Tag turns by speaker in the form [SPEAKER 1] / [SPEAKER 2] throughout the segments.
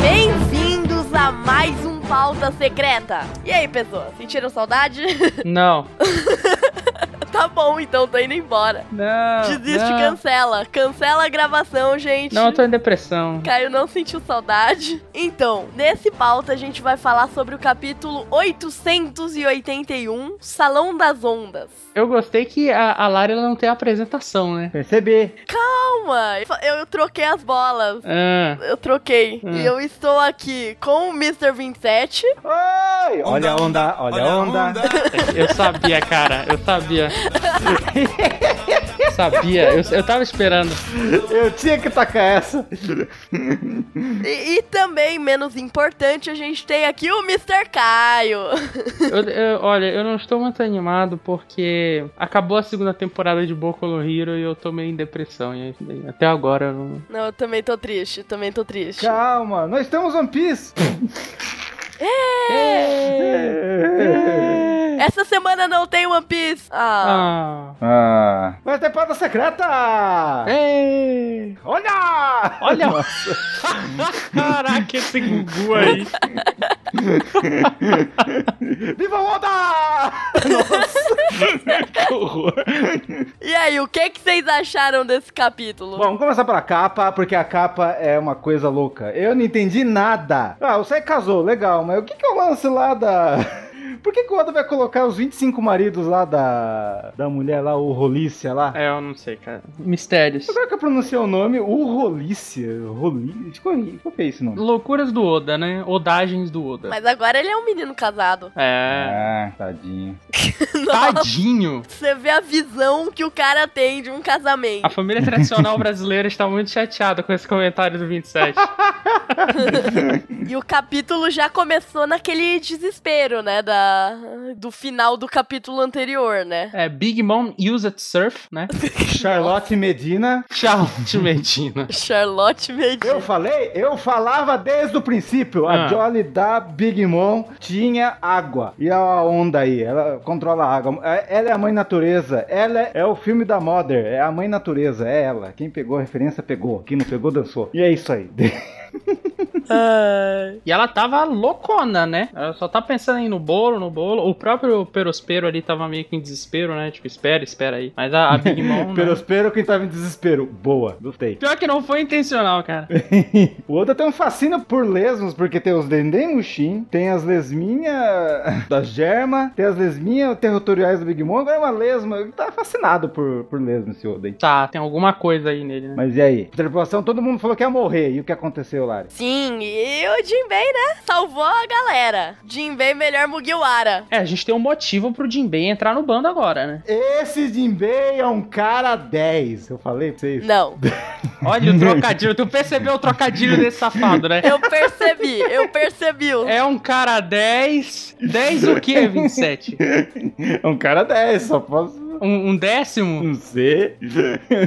[SPEAKER 1] Bem-vindos a mais um Pauta Secreta. E aí, pessoas, sentiram saudade?
[SPEAKER 2] Não.
[SPEAKER 1] tá bom, então tô indo embora.
[SPEAKER 2] Não.
[SPEAKER 1] Desiste,
[SPEAKER 2] Ah, não.
[SPEAKER 1] cancela. Cancela a gravação, gente.
[SPEAKER 2] Não, eu tô em depressão.
[SPEAKER 1] Caio não sentiu saudade. Então, nesse pauta a gente vai falar sobre o capítulo 881, Salão das Ondas.
[SPEAKER 2] Eu gostei que a, a Lara ela não tem apresentação, né?
[SPEAKER 3] Percebi.
[SPEAKER 1] Calma, eu, eu troquei as bolas.
[SPEAKER 2] Ah.
[SPEAKER 1] Eu troquei.
[SPEAKER 2] Hum.
[SPEAKER 1] E eu estou aqui com o Mr. 27.
[SPEAKER 3] Oi! Olha a onda, olha a onda.
[SPEAKER 2] Eu sabia, cara. Eu sabia. sabia. Eu, eu tava esperando.
[SPEAKER 3] Eu tinha que tacar essa.
[SPEAKER 1] E, e também, menos importante, a gente tem aqui o Mr. Caio.
[SPEAKER 2] Eu- eu- olha, eu não estou muito animado porque acabou a segunda temporada de Boku no Hero e eu tô meio em depressão. E até agora eu não...
[SPEAKER 1] Não, eu também tô triste, também tô triste.
[SPEAKER 3] Calma, nós temos One Piece.
[SPEAKER 1] Essa semana não tem One Piece. Ah,
[SPEAKER 2] Ah.
[SPEAKER 3] Ah. É? Mas tem pauta secreta!
[SPEAKER 2] Ei.
[SPEAKER 3] Olha!
[SPEAKER 2] Olha! Caraca, esse Gugu aí.
[SPEAKER 3] Viva a onda!
[SPEAKER 2] Que horror.
[SPEAKER 1] E aí, o que, que vocês acharam desse capítulo?
[SPEAKER 3] Bom, vamos começar pela capa, porque a capa é uma coisa louca. Eu não entendi nada. Ah, o Sai casou, legal, mas o que que é o lance lá da... Por que, que o Oda vai colocar os 25 maridos lá da... da mulher lá, o Rolícia lá?
[SPEAKER 2] É, eu não sei, cara. Mistérios.
[SPEAKER 3] Agora que eu pronunciei o nome, o Rolícia. Rolícia. Ficou ficou feio é esse nome.
[SPEAKER 2] Loucuras do Oda, né? Odagens do Oda.
[SPEAKER 1] Mas agora ele é um menino casado.
[SPEAKER 2] É.
[SPEAKER 3] Ah, tadinho.
[SPEAKER 2] Tadinho!
[SPEAKER 1] Você vê a visão que o cara tem de um casamento.
[SPEAKER 2] A família tradicional brasileira está muito chateada com esse comentário do 27.
[SPEAKER 1] E o capítulo já começou naquele desespero, né? Da, do final do capítulo anterior, né?
[SPEAKER 2] É Big Mom Used Surf, né?
[SPEAKER 3] Charlotte Medina.
[SPEAKER 2] Charlotte Medina.
[SPEAKER 1] Charlotte
[SPEAKER 3] Eu
[SPEAKER 1] Medina.
[SPEAKER 3] falei, eu falava desde o princípio. A
[SPEAKER 2] Ah.
[SPEAKER 3] Jolly da Big Mom tinha água. E a onda aí, ela controla a água. É- Ela é a mãe natureza. Ela é o filme da Mother. É a mãe natureza, é ela. Quem pegou a referência, pegou. Quem não pegou, dançou. E é isso aí.
[SPEAKER 1] Ai.
[SPEAKER 2] E ela tava loucona, né? Ela só tá pensando aí no bolo, no bolo. O próprio Perospero ali tava meio que em desespero, né? Tipo, espera, espera aí. Mas a, a Big Mom. né? Então,
[SPEAKER 3] Perospero, quem tava em desespero. Boa, gostei.
[SPEAKER 2] Pior que não foi intencional, cara.
[SPEAKER 3] O Oda tem um fascínio por lesmos, porque tem os Dendem Mushin, tem as lesminhas da Germa, tem as lesminhas territoriais do Big Mom, agora é uma lesma. Ele tá fascinado por, por lesma esse Oda, hein?
[SPEAKER 2] Tá, tem alguma coisa aí nele, né?
[SPEAKER 3] Mas e aí? Tripulação, todo mundo falou que ia morrer. E o que aconteceu, Lari?
[SPEAKER 1] Sim, e o Jinbei, né? Salvou a galera. Jinbei melhor Mugiwara.
[SPEAKER 2] É, a gente tem um motivo pro Jinbei entrar no bando agora, né?
[SPEAKER 3] Esse Jinbei é um cara 10. Eu falei pra vocês.
[SPEAKER 1] Não,
[SPEAKER 2] Olha o trocadilho. Tu percebeu o trocadilho desse safado, né?
[SPEAKER 1] eu percebi, eu percebi. o-
[SPEAKER 2] É um cara 10. 10 o quê, 27?
[SPEAKER 3] É um cara 10, só posso...
[SPEAKER 2] Um, um décimo?
[SPEAKER 3] Não sei.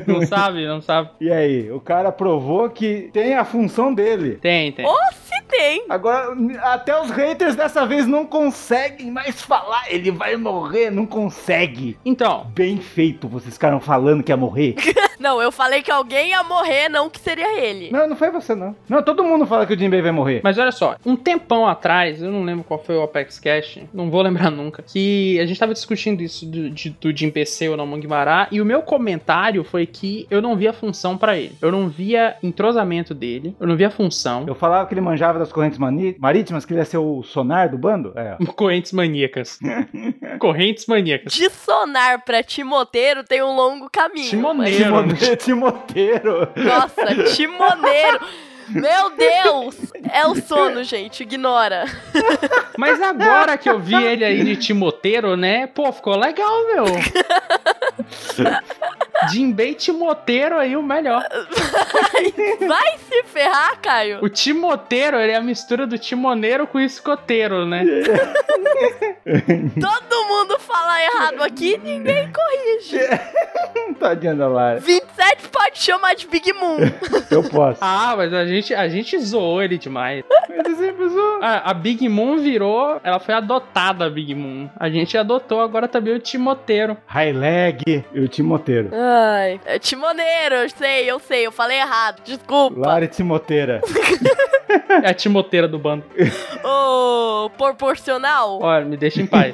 [SPEAKER 2] Não sabe, não sabe.
[SPEAKER 3] e aí? O cara provou que tem a função dele.
[SPEAKER 2] Tem, tem.
[SPEAKER 1] Ô, se tem.
[SPEAKER 3] Agora, até os haters dessa vez não conseguem mais falar. Ele vai morrer, não consegue.
[SPEAKER 2] Então,
[SPEAKER 3] Bem feito, vocês ficaram falando que ia morrer.
[SPEAKER 1] Não, eu falei que alguém ia morrer, não que seria ele.
[SPEAKER 3] não, não foi você, não. Não, todo mundo fala que o Jinbei vai morrer.
[SPEAKER 2] mas olha só, um tempão atrás, eu não lembro qual foi o Apex Cash, não vou lembrar nunca, que a gente tava discutindo isso do, de, do Jim PC ou não Mugimará, e o meu comentário foi que eu não via função pra ele. Eu não via entrosamento dele, eu não via função.
[SPEAKER 3] Eu falava que ele manjava das correntes mani- marítimas, que ele ia ser o sonar do bando. É, ó.
[SPEAKER 2] Correntes maníacas. Correntes maníacas.
[SPEAKER 1] De sonar pra timoteiro tem um longo caminho.
[SPEAKER 2] Timoneiro.
[SPEAKER 3] Timote- Timoteiro.
[SPEAKER 1] mas- Nossa, timoneiro. Meu Deus! É o sono, gente, ignora.
[SPEAKER 2] Mas agora que eu vi ele aí de timoteiro, né? Pô, ficou legal, meu. Jinbei timoteiro aí, o melhor.
[SPEAKER 1] Vai se ferrar, Caio.
[SPEAKER 2] O timoteiro, ele é a mistura do timoneiro com o escoteiro, né?
[SPEAKER 1] Todo mundo fala errado aqui, ninguém corrige.
[SPEAKER 2] É.
[SPEAKER 3] Tadinha da Lara.
[SPEAKER 1] 27 pode chamar de Big Moon.
[SPEAKER 3] Eu posso.
[SPEAKER 2] Ah, mas a gente, a gente zoou ele demais.
[SPEAKER 3] Ele sempre zoa.
[SPEAKER 2] A, a Big Moon virou, ela foi adotada, a Big Moon. A gente adotou agora também o timoteiro.
[SPEAKER 3] High leg e o Timoteiro.
[SPEAKER 1] Ai. É timoneiro, eu sei, eu sei, eu falei errado. Desculpa.
[SPEAKER 3] Lari Timoteira.
[SPEAKER 2] É a timoteira do bando.
[SPEAKER 1] Ô, proporcional?
[SPEAKER 2] Olha, me deixa em paz.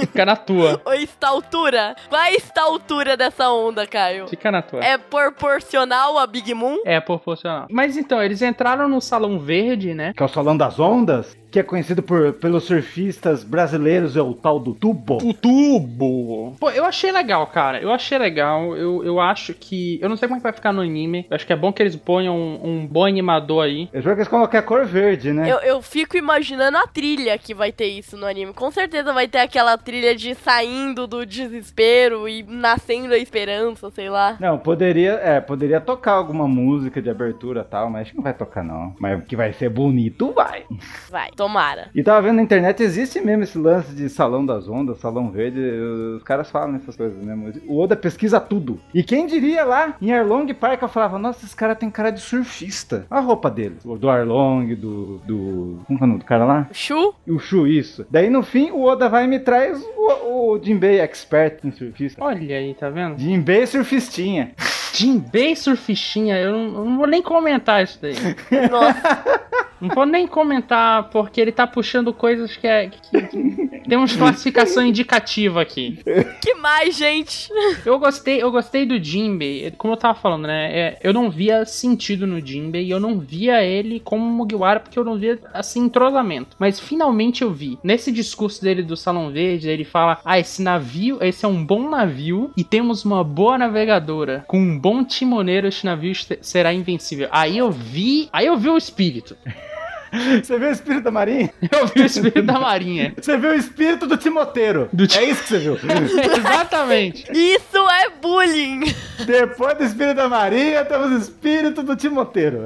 [SPEAKER 2] Fica na tua.
[SPEAKER 1] Ou está a altura? Qual é está a altura dessa onda, Caio?
[SPEAKER 2] Fica na tua.
[SPEAKER 1] É proporcional a Big Moon?
[SPEAKER 2] É proporcional. Mas então, eles entraram no salão verde, né?
[SPEAKER 3] Que é o Salão das Ondas, que é conhecido por, pelos surfistas brasileiros, é o tal do tubo.
[SPEAKER 2] O tubo. Pô, eu achei legal, cara. Eu achei legal. Eu, eu acho que. Eu não sei como é que vai ficar no anime. Eu acho que é bom que eles ponham um, um bom animador aí.
[SPEAKER 3] Eu espero que eles coloquem a cor verde, né?
[SPEAKER 1] Eu, eu fico imaginando a trilha que vai ter isso no anime. Com certeza vai ter aquela trilha de saindo do desespero e nascendo a esperança, sei lá.
[SPEAKER 3] Não, poderia, é, poderia tocar alguma música de abertura e tal, mas acho que não vai tocar não. Mas que vai ser bonito, vai.
[SPEAKER 1] Vai, tomara.
[SPEAKER 3] E tava vendo na internet, existe mesmo esse lance de Salão das Ondas, Salão Verde, os caras falam essas coisas mesmo. O Oda pesquisa tudo. E quem diria lá, em Arlong Park, eu falava, nossa, esse cara tem cara de surfista. Olha a roupa dele. Do Arlong, do... do como que é o nome do cara lá?
[SPEAKER 1] Chu?
[SPEAKER 3] E o Shu, isso. Daí no fim, o Oda vai e me traz o, o Jinbei, expert em surfista.
[SPEAKER 2] Olha aí, tá vendo?
[SPEAKER 3] Jinbei surfistinha.
[SPEAKER 2] Jinbei surfistinha, eu não, eu não vou nem comentar isso daí.
[SPEAKER 1] Nossa,
[SPEAKER 2] Não vou nem comentar, porque ele tá puxando coisas que é. que- que- tem uma classificação indicativa aqui.
[SPEAKER 1] que mais, gente?
[SPEAKER 2] Eu gostei, eu gostei do Jinbei. Como eu tava falando, né? é, eu não via sentido no Jinbei, eu não via ele como um Mugiwara, porque eu não via, assim, entrosamento. Mas finalmente eu vi. Nesse discurso dele do Salão Verde, ele fala: Ah, esse navio, esse é um bom navio e temos uma boa navegadora. Com um bom timoneiro, este navio este- será invencível. Aí eu vi. Aí eu vi o espírito.
[SPEAKER 3] Você viu o espírito da marinha?
[SPEAKER 2] Eu vi o espírito da marinha.
[SPEAKER 3] Você viu o espírito do Timoteiro.
[SPEAKER 2] Do ti-
[SPEAKER 3] É isso que você viu.
[SPEAKER 2] Exatamente.
[SPEAKER 1] Isso é bullying!
[SPEAKER 3] Depois do espírito da marinha, temos o espírito do Timoteiro.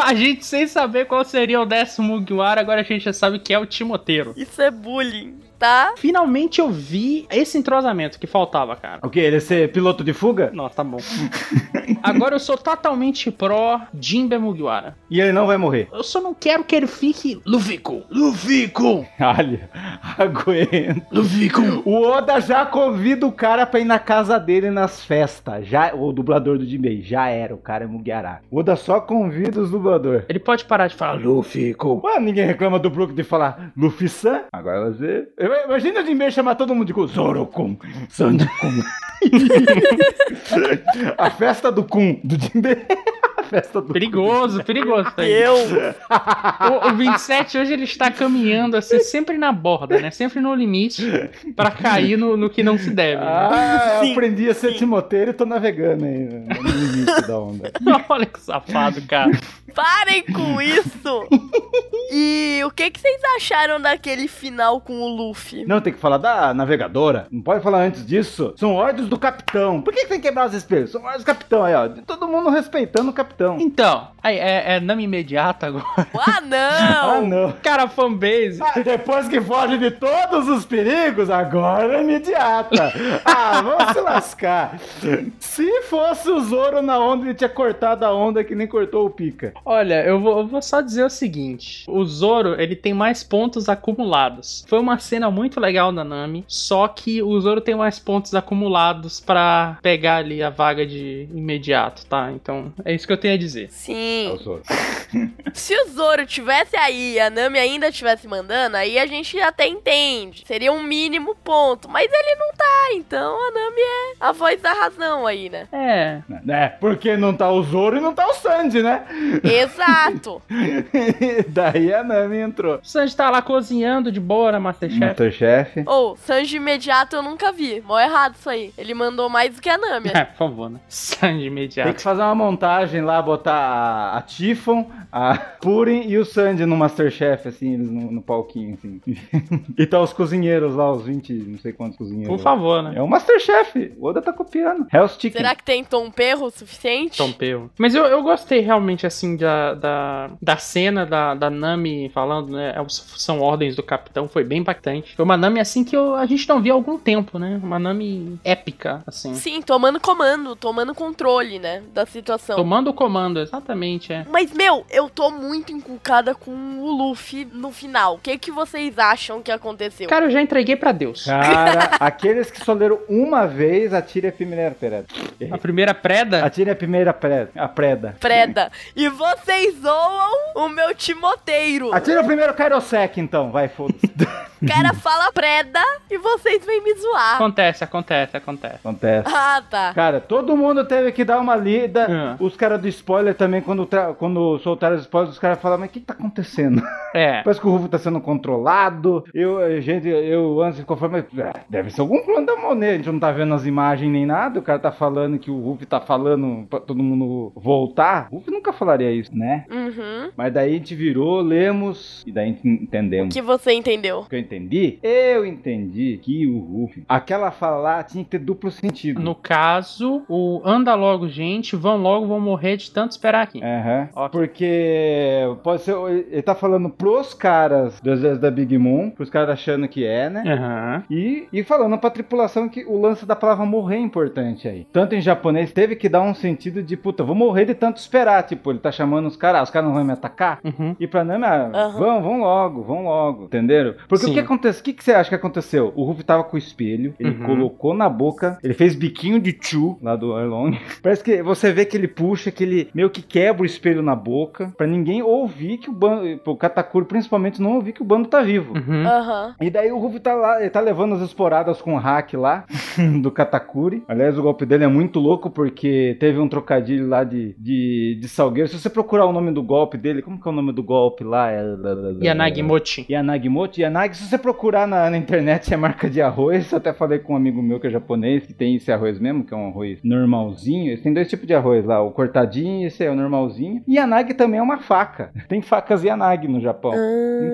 [SPEAKER 2] A gente sem saber qual seria o décimo Mugiwara, agora a gente já sabe que é o Timoteiro.
[SPEAKER 1] Isso é bullying, tá?
[SPEAKER 2] Finalmente eu vi esse entrosamento que faltava, cara.
[SPEAKER 3] O que? Ele ser piloto de fuga?
[SPEAKER 2] Nossa, tá bom. Agora eu sou totalmente pró Jinbe Mugiwara.
[SPEAKER 3] E ele não vai morrer.
[SPEAKER 2] Eu só não quero que ele fique Luvico. Luvico.
[SPEAKER 3] Olha, aguenta.
[SPEAKER 2] Luvico.
[SPEAKER 3] O Oda já convida o cara pra ir na casa dele nas festas. Já, o dublador do Jinbei já era, o cara é Mugiará. O Oda só convida os dubladores.
[SPEAKER 2] Ele pode parar de falar Lufico.
[SPEAKER 3] Ué, ninguém reclama do Brook de falar Luffy-san. Agora você. Eu- Imagina o Jinbei chamar todo mundo de Kun. Zorokun. Sandokun. A festa do Kun do Jinbei. A festa do
[SPEAKER 2] Perigoso, perigoso. Tá aí.
[SPEAKER 1] Eu.
[SPEAKER 2] O, o 27 hoje ele está caminhando assim, sempre na borda, né? Sempre no limite pra cair no, no que não se deve. né?
[SPEAKER 3] Ah, eu
[SPEAKER 1] Sim,
[SPEAKER 3] aprendi a ser
[SPEAKER 1] sim.
[SPEAKER 3] timoteiro e tô navegando aí no limite da onda.
[SPEAKER 2] Olha que safado, cara.
[SPEAKER 1] Parem com isso! E o que, que vocês acharam daquele final com o Luffy?
[SPEAKER 3] Não, tem que falar da navegadora. Não pode falar antes disso. São ordens do capitão. Por que, que tem que quebrar os espelhos? São ordens do capitão aí, ó. Todo mundo respeitando o capitão.
[SPEAKER 2] Então, aí, é, é nome imediato agora.
[SPEAKER 1] Ah,
[SPEAKER 3] Ah,
[SPEAKER 1] não!
[SPEAKER 3] não.
[SPEAKER 2] Cara, fanbase.
[SPEAKER 3] Ah, depois que foge de todos os perigos, agora é imediata. Ah, vamos se lascar. Se fosse o Zoro na onda, ele tinha cortado a onda que nem cortou o pica.
[SPEAKER 2] Olha, eu vou, eu vou só dizer o seguinte: o Zoro ele tem mais pontos acumulados. Foi uma cena muito legal da Nami, só que o Zoro tem mais pontos acumulados pra pegar ali a vaga de imediato, tá? Então é isso que eu tenho a dizer.
[SPEAKER 3] É o
[SPEAKER 1] Sim.
[SPEAKER 3] Zoro.
[SPEAKER 1] Se o Zoro tivesse aí e a Nami ainda tivesse mandando, aí a gente até entende. Seria um mínimo ponto. Mas ele não tá, então a Nami é a voz da razão aí, né?
[SPEAKER 2] É,
[SPEAKER 3] É, porque não tá o Zoro e não tá o Sandy, né?
[SPEAKER 1] Exato!
[SPEAKER 3] Daí a Nami entrou.
[SPEAKER 2] o Sanji tá lá cozinhando de boa na Masterchef.
[SPEAKER 3] Motorchefe.
[SPEAKER 1] Ou, Sanji imediato eu nunca vi. Mó errado isso aí. Ele mandou mais do que a Nami.
[SPEAKER 2] É, por favor, né? Sanji
[SPEAKER 3] Tem
[SPEAKER 2] imediato.
[SPEAKER 3] que fazer uma montagem lá, botar a- a Tifon, a Purin e o Sandy no Masterchef, assim, eles no, no palquinho, assim. e tá os cozinheiros lá, os 20, não sei quantos cozinheiros.
[SPEAKER 2] Por favor, né?
[SPEAKER 3] É o Masterchef. O Oda tá copiando. Hell's Chicken.
[SPEAKER 1] Será que tem tom perro o suficiente?
[SPEAKER 2] Tompeu. Mas eu, eu gostei realmente, assim, da, da, da cena da, da Nami falando, né? é os- São ordens do capitão, foi bem impactante. Foi uma Nami, assim, que eu- a gente não via há algum tempo, né? Uma Nami épica, assim.
[SPEAKER 1] Sim, tomando comando, tomando controle, né? Da situação.
[SPEAKER 2] Tomando o comando, exatamente. Exatamente, é.
[SPEAKER 1] Mas, meu, eu tô muito inculcada com o Luffy no final. O que, que vocês acham que aconteceu?
[SPEAKER 2] Cara, eu já entreguei pra Deus.
[SPEAKER 3] Cara, aqueles que só leram uma vez, atire a primeira preda.
[SPEAKER 2] A primeira preda?
[SPEAKER 3] Atire a primeira preda. A preda.
[SPEAKER 1] Preda. E vocês zoam o meu timoteiro.
[SPEAKER 3] Atire o primeiro Kairosek, então. Vai, foda-se.
[SPEAKER 1] O cara fala preda e vocês vêm me zoar.
[SPEAKER 2] Acontece, acontece, acontece.
[SPEAKER 3] Acontece.
[SPEAKER 1] Ah, tá.
[SPEAKER 3] Cara, todo mundo teve que dar uma lida.
[SPEAKER 2] Ah.
[SPEAKER 3] Os caras do spoiler também, quando, tra- quando soltaram os spoilers, os caras falaram, mas o que que tá acontecendo?
[SPEAKER 2] É.
[SPEAKER 3] Parece que o Rufo tá sendo controlado. Eu, eh, gente, eu antes ficou falando, mas ah, deve ser algum plano da Monet. A gente não tá vendo as imagens nem nada. O cara tá falando que o Rufo tá falando pra todo mundo voltar. O Rufo nunca falaria isso, né?
[SPEAKER 1] Uhum.
[SPEAKER 3] Mas daí a gente virou, lemos e daí a gente
[SPEAKER 1] O
[SPEAKER 3] entendemos.
[SPEAKER 1] que você entendeu?
[SPEAKER 3] O que eu entendi? Eu entendi que o Rufo, aquela fala lá tinha que ter duplo sentido.
[SPEAKER 2] No caso, o anda logo, gente, vão logo, vão morrer de tanto esperar aqui.
[SPEAKER 3] Aham.
[SPEAKER 2] Ok.
[SPEAKER 3] Porque pode ser. Ele tá falando pros caras do exército da Big Moon, pros caras achando que é, né?
[SPEAKER 2] Aham.
[SPEAKER 3] E, e falando pra tripulação que o lance da palavra morrer é importante aí. Tanto em japonês, teve que dar um sentido de puta, vou morrer de tanto esperar. Tipo, ele tá chamando os caras, ah, os caras não vão me atacar.
[SPEAKER 2] Uhum.
[SPEAKER 3] E pra Nami, ah,
[SPEAKER 1] Aham.
[SPEAKER 3] vão, vão logo, vão logo, entenderam? Porque o
[SPEAKER 2] Sim.
[SPEAKER 3] que aconteceu? O que, que você acha que aconteceu? O Ruff tava com o espelho, ele
[SPEAKER 2] Uhum.
[SPEAKER 3] colocou na boca, ele fez biquinho de chu lá do Arlong. Parece que você vê que ele puxa, que ele meio que quebra o espelho na boca, pra ninguém ouvir que o bando, o Katakuri principalmente não ouvir que o bando tá vivo.
[SPEAKER 2] Uhum.
[SPEAKER 1] Aham.
[SPEAKER 3] E daí o Ruff tá lá, ele tá levando as esporadas com o hack lá, do Katakuri. Aliás, o golpe dele é muito louco, porque teve um trocadilho lá de, de, de salgueiro. Se você procurar o nome do golpe dele, como que é o nome do golpe lá? É...
[SPEAKER 2] Uhum. Yanagimochi.
[SPEAKER 3] Yanagimoto. Yanagi, se você procurar na, na internet, é marca de arroz. Eu até falei com um amigo meu que é japonês, que tem esse arroz mesmo, que é um arroz normalzinho. Eles têm dois tipos de arroz lá, o cortadinho e esse é o normalzinho. Yanagi também é uma faca. Tem facas Yanagi no Japão.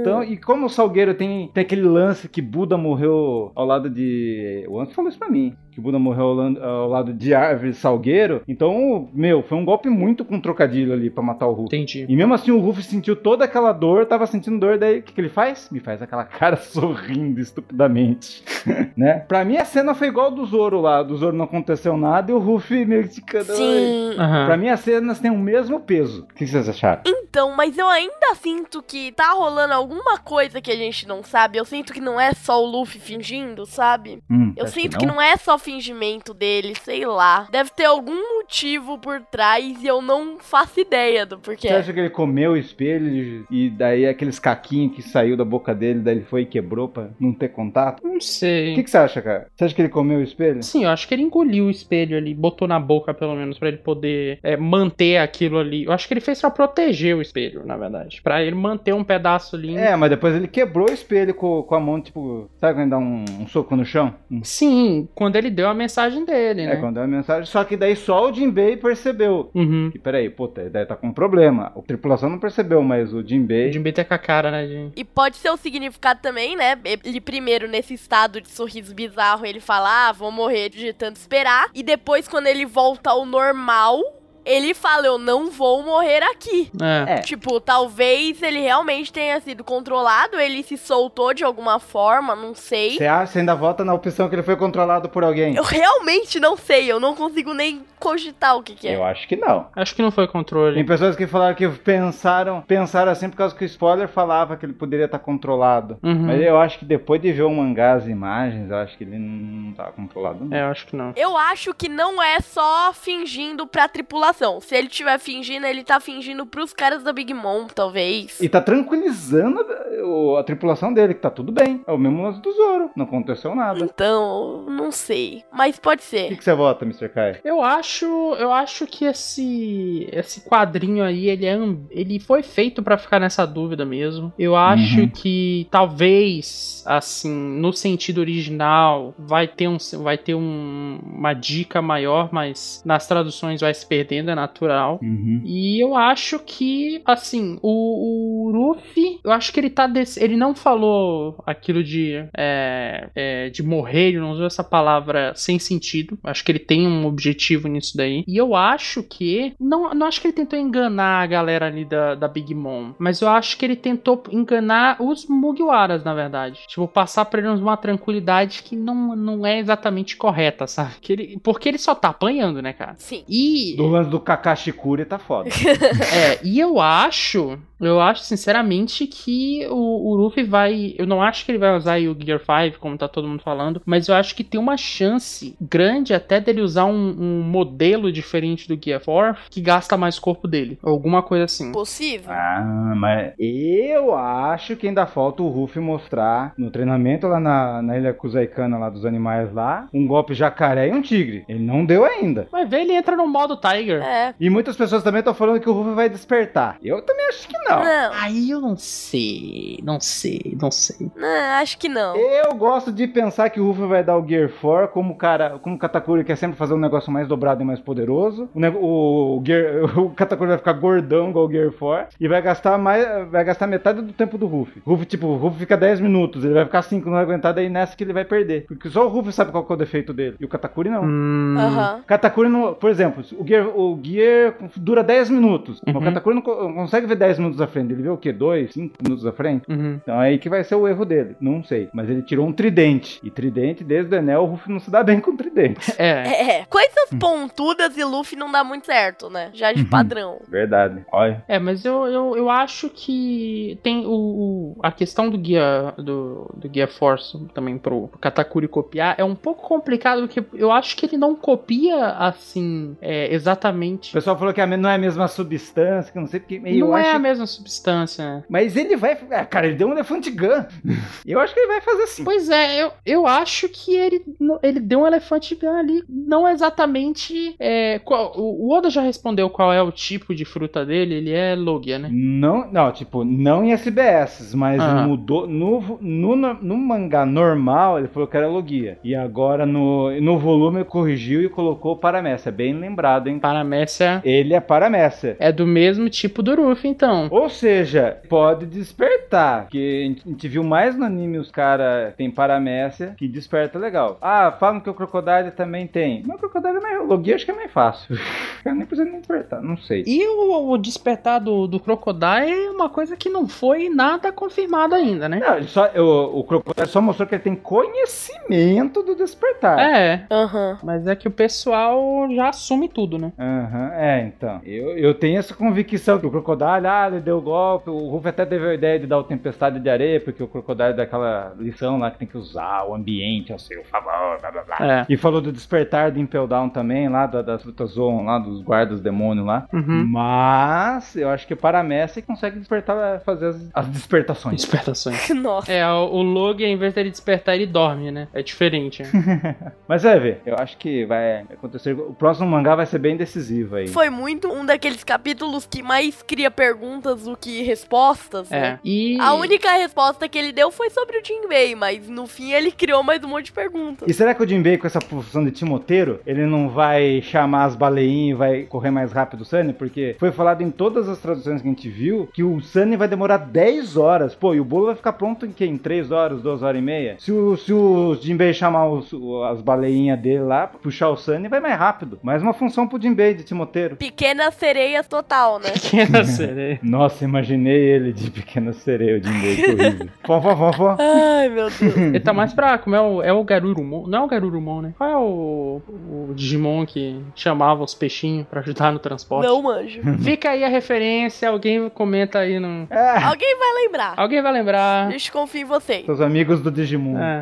[SPEAKER 3] Então, e como o Salgueiro tem, tem aquele lance que Buda morreu ao lado de. O Anson falou isso pra mim. Que Buda morreu ao, lan- ao lado de árvore Salgueiro. Então, meu, foi um golpe muito com trocadilho ali pra matar o Hulk.
[SPEAKER 2] Entendi.
[SPEAKER 3] E mesmo assim o Luffy sentiu toda aquela dor, tava sentindo dor, daí o que, que ele faz? Me faz aquela cara sorrindo estupidamente, né? Pra mim a cena foi igual do Zoro lá, do Zoro não aconteceu nada e o Luffy meio que ficando...
[SPEAKER 1] Sim.
[SPEAKER 2] Aham.
[SPEAKER 3] Pra mim as cenas têm o mesmo peso. O que vocês acharam?
[SPEAKER 1] Então, mas eu ainda sinto que tá rolando alguma coisa que a gente não sabe. Eu sinto que não é só o Luffy fingindo, sabe?
[SPEAKER 3] Hum,
[SPEAKER 1] Eu
[SPEAKER 3] acho
[SPEAKER 1] sinto que não. é só fingimento dele, sei lá. Deve ter algum motivo por trás e eu não faço ideia do porquê.
[SPEAKER 3] Você acha que ele comeu o espelho e daí aqueles caquinhos que saiu da boca dele, daí ele foi e quebrou pra não ter contato?
[SPEAKER 2] Não sei.
[SPEAKER 3] O que, que você acha, cara? Você acha que ele comeu o espelho?
[SPEAKER 2] Sim, eu acho que ele engoliu o espelho ali, botou na boca pelo menos, pra ele poder é, manter aquilo ali. Eu acho que ele fez pra proteger o espelho, na verdade. Pra ele manter um pedaço ali.
[SPEAKER 3] É, mas depois ele quebrou o espelho com, com a mão, tipo, sabe quando dá um, um soco no chão? Um
[SPEAKER 2] Sim, quando ele deu a mensagem dele,
[SPEAKER 3] É,
[SPEAKER 2] né?
[SPEAKER 3] quando é a mensagem. Só que daí só o Jinbei percebeu.
[SPEAKER 2] Uhum.
[SPEAKER 3] E peraí, puta, daí tá com um problema. O tripulação não percebeu, mas o Jinbei.
[SPEAKER 2] De meter com a cara, né, gente?
[SPEAKER 1] E pode ser o significado também, né? Ele primeiro, nesse estado de sorriso bizarro, ele fala, ah, vou morrer de tanto esperar. E depois, quando ele volta ao normal, ele fala, eu não vou morrer aqui.
[SPEAKER 2] É.
[SPEAKER 3] É.
[SPEAKER 1] Tipo, talvez ele realmente tenha sido controlado, ele se soltou de alguma forma, não sei.
[SPEAKER 3] Você acha? Você ainda vota na opção que ele foi controlado por alguém?
[SPEAKER 1] Eu realmente não sei, eu não consigo nem cogitar o que que é.
[SPEAKER 3] Eu acho que não.
[SPEAKER 2] Acho que não foi controle.
[SPEAKER 3] Tem pessoas que falaram que pensaram, pensaram assim por causa que o spoiler falava que ele poderia estar controlado.
[SPEAKER 2] Uhum.
[SPEAKER 3] Mas eu acho que depois de ver o mangá, as imagens, eu acho que ele não tá controlado. Não.
[SPEAKER 2] É, eu acho que não.
[SPEAKER 1] Eu acho que não é só fingindo pra tripulação. Se ele tiver fingindo, ele tá fingindo pros caras da Big Mom, talvez.
[SPEAKER 3] E tá tranquilizando a- o- a tripulação dele, que tá tudo bem. É o mesmo lance do Zoro. Não aconteceu nada.
[SPEAKER 1] Então, não sei. Mas pode
[SPEAKER 3] O que,
[SPEAKER 1] ser.
[SPEAKER 3] que você vota, Mr. Kai?
[SPEAKER 2] Eu acho, eu acho que esse esse quadrinho aí, ele é, um- ele foi feito pra ficar nessa dúvida mesmo. Eu acho
[SPEAKER 3] Uhum.
[SPEAKER 2] que talvez assim, no sentido original, vai ter um vai ter um- uma dica maior, mas nas traduções vai se perdendo, é natural.
[SPEAKER 3] Uhum.
[SPEAKER 2] E eu acho que, assim, o, o o Luffy, eu acho que ele tá desse, ele não falou aquilo de é, é, de morrer, ele não usou essa palavra sem sentido. Acho que ele tem um objetivo nisso daí. E eu acho que não, não acho que ele tentou enganar a galera ali da, da Big Mom, mas eu acho que ele tentou enganar os Mugiwaras, na verdade. Tipo, passar pra eles uma tranquilidade que não, não é exatamente correta, sabe? Que ele, porque ele só tá apanhando, né, cara?
[SPEAKER 1] Sim.
[SPEAKER 2] E
[SPEAKER 3] Do lance do Kakashi Kuri tá foda.
[SPEAKER 2] é, e eu acho, eu acho sinceramente que o, o Luffy vai. Eu não acho que ele vai usar aí o Gear 5, como tá todo mundo falando, mas eu acho que tem uma chance grande até dele usar um, um modelo diferente do Gear 4 que gasta mais corpo dele. Alguma coisa assim.
[SPEAKER 1] Possível?
[SPEAKER 3] Ah, mas eu acho que ainda falta o Ruff mostrar no treinamento lá na, na ilha Kuzaikana, lá dos animais lá, um golpe jacaré e um tigre. Ele não deu ainda.
[SPEAKER 2] Mas vê, ele entra no modo Tiger.
[SPEAKER 1] É.
[SPEAKER 3] E muitas pessoas também estão falando que o Ruff vai despertar. Eu também acho que não.
[SPEAKER 1] Não,
[SPEAKER 2] Aí eu não sei, não sei, não sei.
[SPEAKER 1] não, né, acho que não.
[SPEAKER 3] Eu gosto de pensar que o Ruff vai dar o Gear 4 como o cara, como o Katakuri quer sempre fazer um negócio mais dobrado e mais poderoso. O, nego- o, Gear- o Katakuri vai ficar gordão igual o Gear 4 e vai gastar mais, vai gastar metade do tempo do Ruff. Ruff tipo, o Ruff fica 10 minutos, ele vai ficar 5, não vai aguentar daí nessa que ele vai perder. Porque só o Ruff sabe qual que é o defeito dele e o Katakuri não.
[SPEAKER 2] Hum,
[SPEAKER 1] Aham.
[SPEAKER 3] Katakuri, não, por exemplo, o Gear, o Gear dura 10 minutos. mas
[SPEAKER 2] Uhum.
[SPEAKER 3] O Katakuri não co- não consegue ver 10 minutos à frente. Ele vê o quê? 2, 5 minutos à frente?
[SPEAKER 2] uhum.
[SPEAKER 3] Então é aí que vai ser o erro dele. Não sei. Mas ele tirou um tridente. E tridente, desde o Enel, o Ruff não se dá bem com tridente.
[SPEAKER 2] É.
[SPEAKER 1] É, coisas pontudas e Luffy não dá muito certo, né? Já de
[SPEAKER 3] Uhum.
[SPEAKER 1] padrão.
[SPEAKER 3] Verdade. Olha.
[SPEAKER 2] É, mas eu, eu, eu acho que tem o, o- a questão do guia do, do guia Force também pro, pro Katakuri copiar é um pouco complicado porque eu acho que ele não copia assim é,
[SPEAKER 3] O
[SPEAKER 2] exatamente.
[SPEAKER 3] pessoal falou que a me- não é a mesma substância, que não sei porque. eu
[SPEAKER 2] não é
[SPEAKER 3] acho-
[SPEAKER 2] a mesma substância. né?
[SPEAKER 3] Mas ele vai. Ah, cara, ele deu um elefante gun. eu acho que ele vai fazer assim.
[SPEAKER 2] Pois é, eu, eu acho que ele, não- ele deu um elefante gun ali, não exatamente. é, qual- o o Oda já respondeu qual é o tipo de fruta dele, ele é Logia, né?
[SPEAKER 3] Não, não, tipo, não em SBS, mas
[SPEAKER 2] Aham.
[SPEAKER 3] mudou. No, no, no mangá normal, ele falou que era Logia. E agora no, no volume corrigiu e colocou Paramécia. Bem lembrado, hein?
[SPEAKER 2] Paramécia
[SPEAKER 3] Ele é Paramécia.
[SPEAKER 2] é do mesmo tipo do Ruffy, então.
[SPEAKER 3] Ou seja, pode despertar. Porque a gente- a gente viu mais no anime os caras tem paramécia que desperta legal. Ah, falam que o crocodilo também tem. Mas o crocodilo é mais. O Logia acho que é mais fácil. O cara nem precisa nem despertar, não sei.
[SPEAKER 2] E o, o despertar do, do Crocodile é uma coisa que não foi nada confirmada ainda, né?
[SPEAKER 3] Não, ele só, o, o crocodilo só mostrou que ele tem conhecimento do despertar.
[SPEAKER 2] É,
[SPEAKER 1] Aham.
[SPEAKER 2] mas é que o pessoal já assume tudo, né?
[SPEAKER 3] Aham, é, então. Eu, eu tenho essa convicção que o Crocodile, ah, ele deu golpe. O Ruff até teve a ideia de dar o Tempestade de Areia, porque o Crocodile dá aquela lição lá que tem que usar o ambiente ao seu favor, blá blá blá.
[SPEAKER 2] É.
[SPEAKER 3] E falou do Despertar do Impel Down também, lá da, das frutas Zoon, lá dos guardas demônio lá.
[SPEAKER 2] Uhum.
[SPEAKER 3] Mas eu acho que para a Messi consegue despertar, é, fazer as, as despertações.
[SPEAKER 2] Despertações.
[SPEAKER 1] Nossa.
[SPEAKER 2] É, o, o Logan, em vez dele despertar, ele dorme, né? É diferente. né?
[SPEAKER 3] Mas vai ver, eu acho que vai acontecer. O próximo mangá vai ser bem decisivo aí.
[SPEAKER 1] Foi muito um daqueles capítulos que mais cria perguntas do que respostas, né?
[SPEAKER 2] é. E.
[SPEAKER 1] A única resposta que ele deu foi sobre o Jinbei, mas no fim ele criou mais um monte de perguntas.
[SPEAKER 3] E será que o Jinbei, com essa função de timoteiro, ele não vai chamar as baleinhas e vai correr mais rápido o Sunny? Porque foi falado em todas as traduções que a gente viu que o Sunny vai demorar 10 horas. Pô, e o bolo vai ficar pronto em quê? Em 3 horas, 2 horas e meia? Se o, se o Jinbei chamar os- o- as baleinhas dele lá, puxar o Sunny, vai mais rápido. Mais uma função pro Jinbei de timoteiro.
[SPEAKER 1] Pequenas sereias total, né?
[SPEAKER 2] Pequena sereia.
[SPEAKER 3] Nossa, imaginei ele de pequeno sereia, o Jinbei, que horrível. Fó, fó, fó, fó.
[SPEAKER 1] Ai, meu Deus.
[SPEAKER 2] Ele tá mais pra. Como é o, é o Garurumon? Não é o Garurumon, né? Qual é o, o Digimon que chamava os peixinhos pra ajudar no transporte?
[SPEAKER 1] Não manjo.
[SPEAKER 2] Fica aí a referência, alguém comenta aí no.
[SPEAKER 3] É,
[SPEAKER 1] Alguém vai lembrar.
[SPEAKER 2] Alguém vai lembrar.
[SPEAKER 1] Desconfio em vocês.
[SPEAKER 3] seus amigos do Digimon.
[SPEAKER 2] É.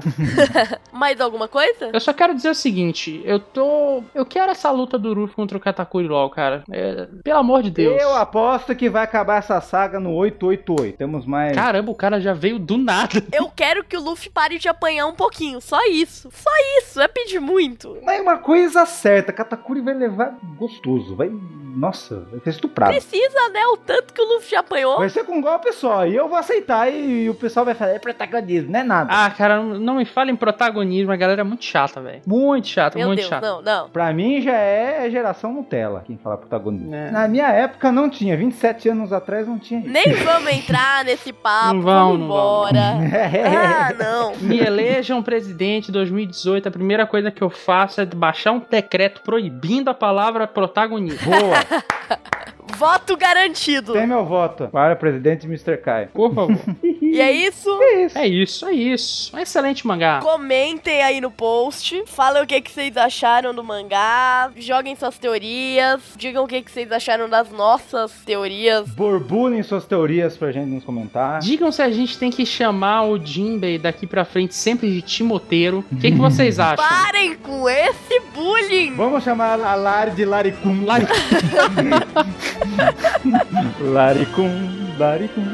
[SPEAKER 1] Mais alguma coisa?
[SPEAKER 2] Eu só quero dizer o seguinte, eu tô. Eu quero essa luta do Ruffy contra o Katakuri LOL, cara. É, pelo amor de Deus.
[SPEAKER 3] Eu aposto que vai acabar essa saga no 888. Temos mais.
[SPEAKER 2] Caramba, o cara já veio do nada.
[SPEAKER 1] Eu quero que o Luffy pare de apanhar um pouquinho. Só isso. Só isso. É pedir muito.
[SPEAKER 3] Mas uma coisa certa, Katakuri vai levar gostoso, vai Nossa, vai ser estuprado.
[SPEAKER 1] Precisa, né? O tanto que o Luffy já apanhou.
[SPEAKER 3] Vai ser com um golpe só, e eu vou aceitar, e, e o pessoal vai falar, é protagonismo, não é nada.
[SPEAKER 2] Ah, cara, não não me fala em protagonismo, a galera é muito chata, velho. Muito chata,
[SPEAKER 1] Meu
[SPEAKER 2] muito
[SPEAKER 1] Deus,
[SPEAKER 2] chata.
[SPEAKER 1] não, não.
[SPEAKER 3] Pra mim já é geração Nutella, quem fala protagonismo.
[SPEAKER 2] É.
[SPEAKER 3] Na minha época não tinha, 27 anos atrás não tinha. isso.
[SPEAKER 1] Nem vamos entrar nesse papo,
[SPEAKER 2] Não vão,
[SPEAKER 1] vamos
[SPEAKER 2] não vão.
[SPEAKER 1] embora.
[SPEAKER 3] É,
[SPEAKER 1] Ah, não.
[SPEAKER 2] Me elejam presidente 2018, a primeira coisa que eu faço é baixar um decreto proibindo a palavra protagonismo.
[SPEAKER 3] Boa,
[SPEAKER 1] Voto garantido.
[SPEAKER 3] tem meu voto. Para presidente Mr. Kai.
[SPEAKER 2] Por favor.
[SPEAKER 1] E é isso.
[SPEAKER 3] É isso.
[SPEAKER 2] É isso, é isso. Um excelente mangá.
[SPEAKER 1] Comentem aí no post. Falem o que, que vocês acharam do mangá. Joguem suas teorias. Digam o que, que vocês acharam das nossas teorias.
[SPEAKER 3] Borbulem suas teorias pra gente nos comentar.
[SPEAKER 2] Digam se a gente tem que chamar o Jinbei daqui pra frente sempre de Timoteiro. O que, que vocês acham?
[SPEAKER 1] Parem com esse bullying.
[SPEAKER 3] Vamos chamar a Lari de Laricum.
[SPEAKER 2] Lari-
[SPEAKER 3] Laricum, Laricum.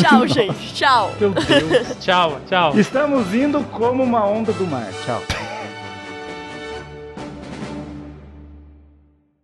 [SPEAKER 1] Tchau, gente. Tchau.
[SPEAKER 2] Meu Deus. Tchau, tchau.
[SPEAKER 3] Estamos indo como uma onda do mar. Tchau.